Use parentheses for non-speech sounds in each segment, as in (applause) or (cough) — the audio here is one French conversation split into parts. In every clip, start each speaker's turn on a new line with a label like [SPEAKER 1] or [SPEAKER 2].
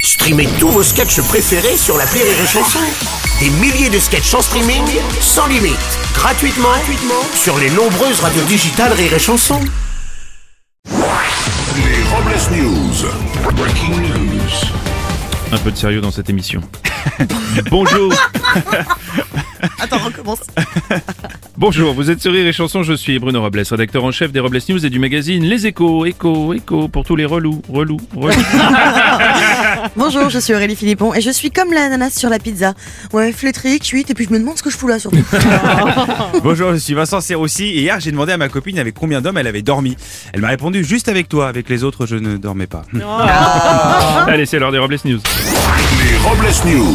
[SPEAKER 1] Streamez tous vos sketchs préférés sur la Rire et Chanson. Des milliers de sketchs en streaming, sans limite, gratuitement, gratuitement sur les nombreuses radios digitales Rire et Chanson.
[SPEAKER 2] Les Robles News. Breaking news.
[SPEAKER 3] Un peu de sérieux dans cette émission. (laughs) Bonjour,
[SPEAKER 4] Attends, recommence.
[SPEAKER 3] bonjour, vous êtes sur Rire et Chanson, je suis Bruno Robles, rédacteur en chef des Robles News et du magazine Les Échos, Échos, Échos, pour tous les relous, relous, relous.
[SPEAKER 4] (laughs) Bonjour, je suis Aurélie Philippon et je suis comme la l'ananas sur la pizza. Ouais, flétrie, cuite, et puis je me demande ce que je fous là (laughs) surtout.
[SPEAKER 5] Bonjour, je suis Vincent Serroussi et hier j'ai demandé à ma copine avec combien d'hommes elle avait dormi. Elle m'a répondu juste avec toi, avec les autres je ne dormais pas.
[SPEAKER 3] Ah. Allez, c'est l'heure des Robles News.
[SPEAKER 2] Les Robles News.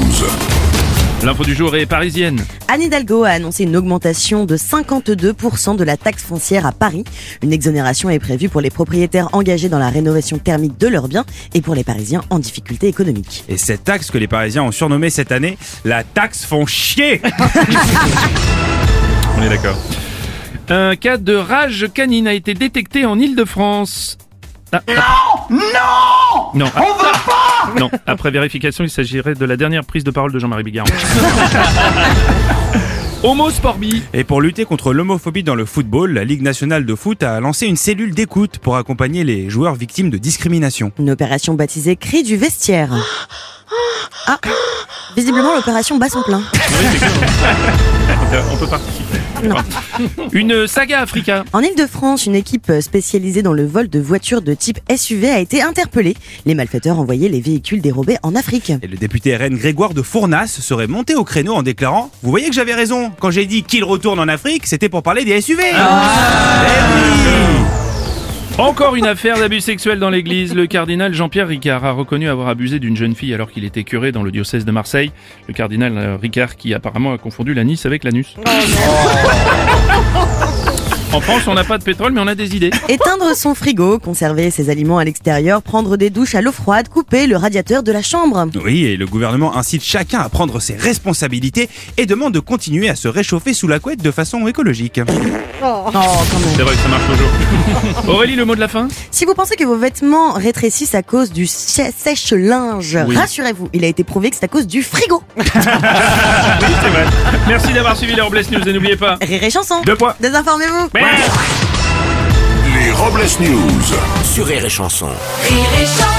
[SPEAKER 3] L'info du jour est parisienne.
[SPEAKER 4] Anne Hidalgo a annoncé une augmentation de 52% de la taxe foncière à Paris. Une exonération est prévue pour les propriétaires engagés dans la rénovation thermique de leurs biens et pour les Parisiens en difficulté économique.
[SPEAKER 5] Et cette taxe que les Parisiens ont surnommée cette année la taxe font chier.
[SPEAKER 3] On est d'accord. Un cas de rage canine a été détecté en Ile-de-France. Ah, ah. non, ah, Non, après vérification, il s'agirait de la dernière prise de parole de Jean-Marie Bigard. Homo Sporbi.
[SPEAKER 5] Et pour lutter contre l'homophobie dans le football, la Ligue nationale de foot a lancé une cellule d'écoute pour accompagner les joueurs victimes de discrimination.
[SPEAKER 4] Une opération baptisée Cri du (gasps) vestiaire. Ah, visiblement l'opération bat son plein.
[SPEAKER 3] Euh, on peut participer. Une saga Africa.
[SPEAKER 4] En Ile-de-France, une équipe spécialisée dans le vol de voitures de type SUV a été interpellée. Les malfaiteurs envoyaient les véhicules dérobés en Afrique.
[SPEAKER 5] Et le député RN Grégoire de Fournas serait monté au créneau en déclarant Vous voyez que j'avais raison, quand j'ai dit qu'il retourne en Afrique, c'était pour parler des SUV Eh oui
[SPEAKER 3] Encore une affaire d'abus sexuels dans l'église. Le cardinal Jean-Pierre Ricard a reconnu avoir abusé d'une jeune fille alors qu'il était curé dans le diocèse de Marseille. Le cardinal euh, Ricard qui apparemment a confondu l'anis avec l'anus. en France, on n'a pas de pétrole mais on a des idées.
[SPEAKER 4] Éteindre son frigo, conserver ses aliments à l'extérieur, prendre des douches à l'eau froide, couper le radiateur de la chambre.
[SPEAKER 5] Oui, et le gouvernement incite chacun à prendre ses responsabilités et demande de continuer à se réchauffer sous la couette de façon écologique.
[SPEAKER 3] C'est vrai que ça marche toujours. (laughs) Aurélie, le mot de la fin
[SPEAKER 4] Si vous pensez que vos vêtements rétrécissent à cause du sè- sèche-linge,
[SPEAKER 3] Oui.
[SPEAKER 4] rassurez-vous, il a été prouvé que c'est à cause du frigo.
[SPEAKER 3] Oui, c'est vrai. Merci d'avoir suivi les Robles News et n'oubliez pas.
[SPEAKER 4] Rire et chanson.
[SPEAKER 3] Deux points.
[SPEAKER 4] Désinformez-vous.
[SPEAKER 3] Merde.
[SPEAKER 2] Les Robles News.
[SPEAKER 1] Sur Rire et Chanson.
[SPEAKER 6] Rire et chanson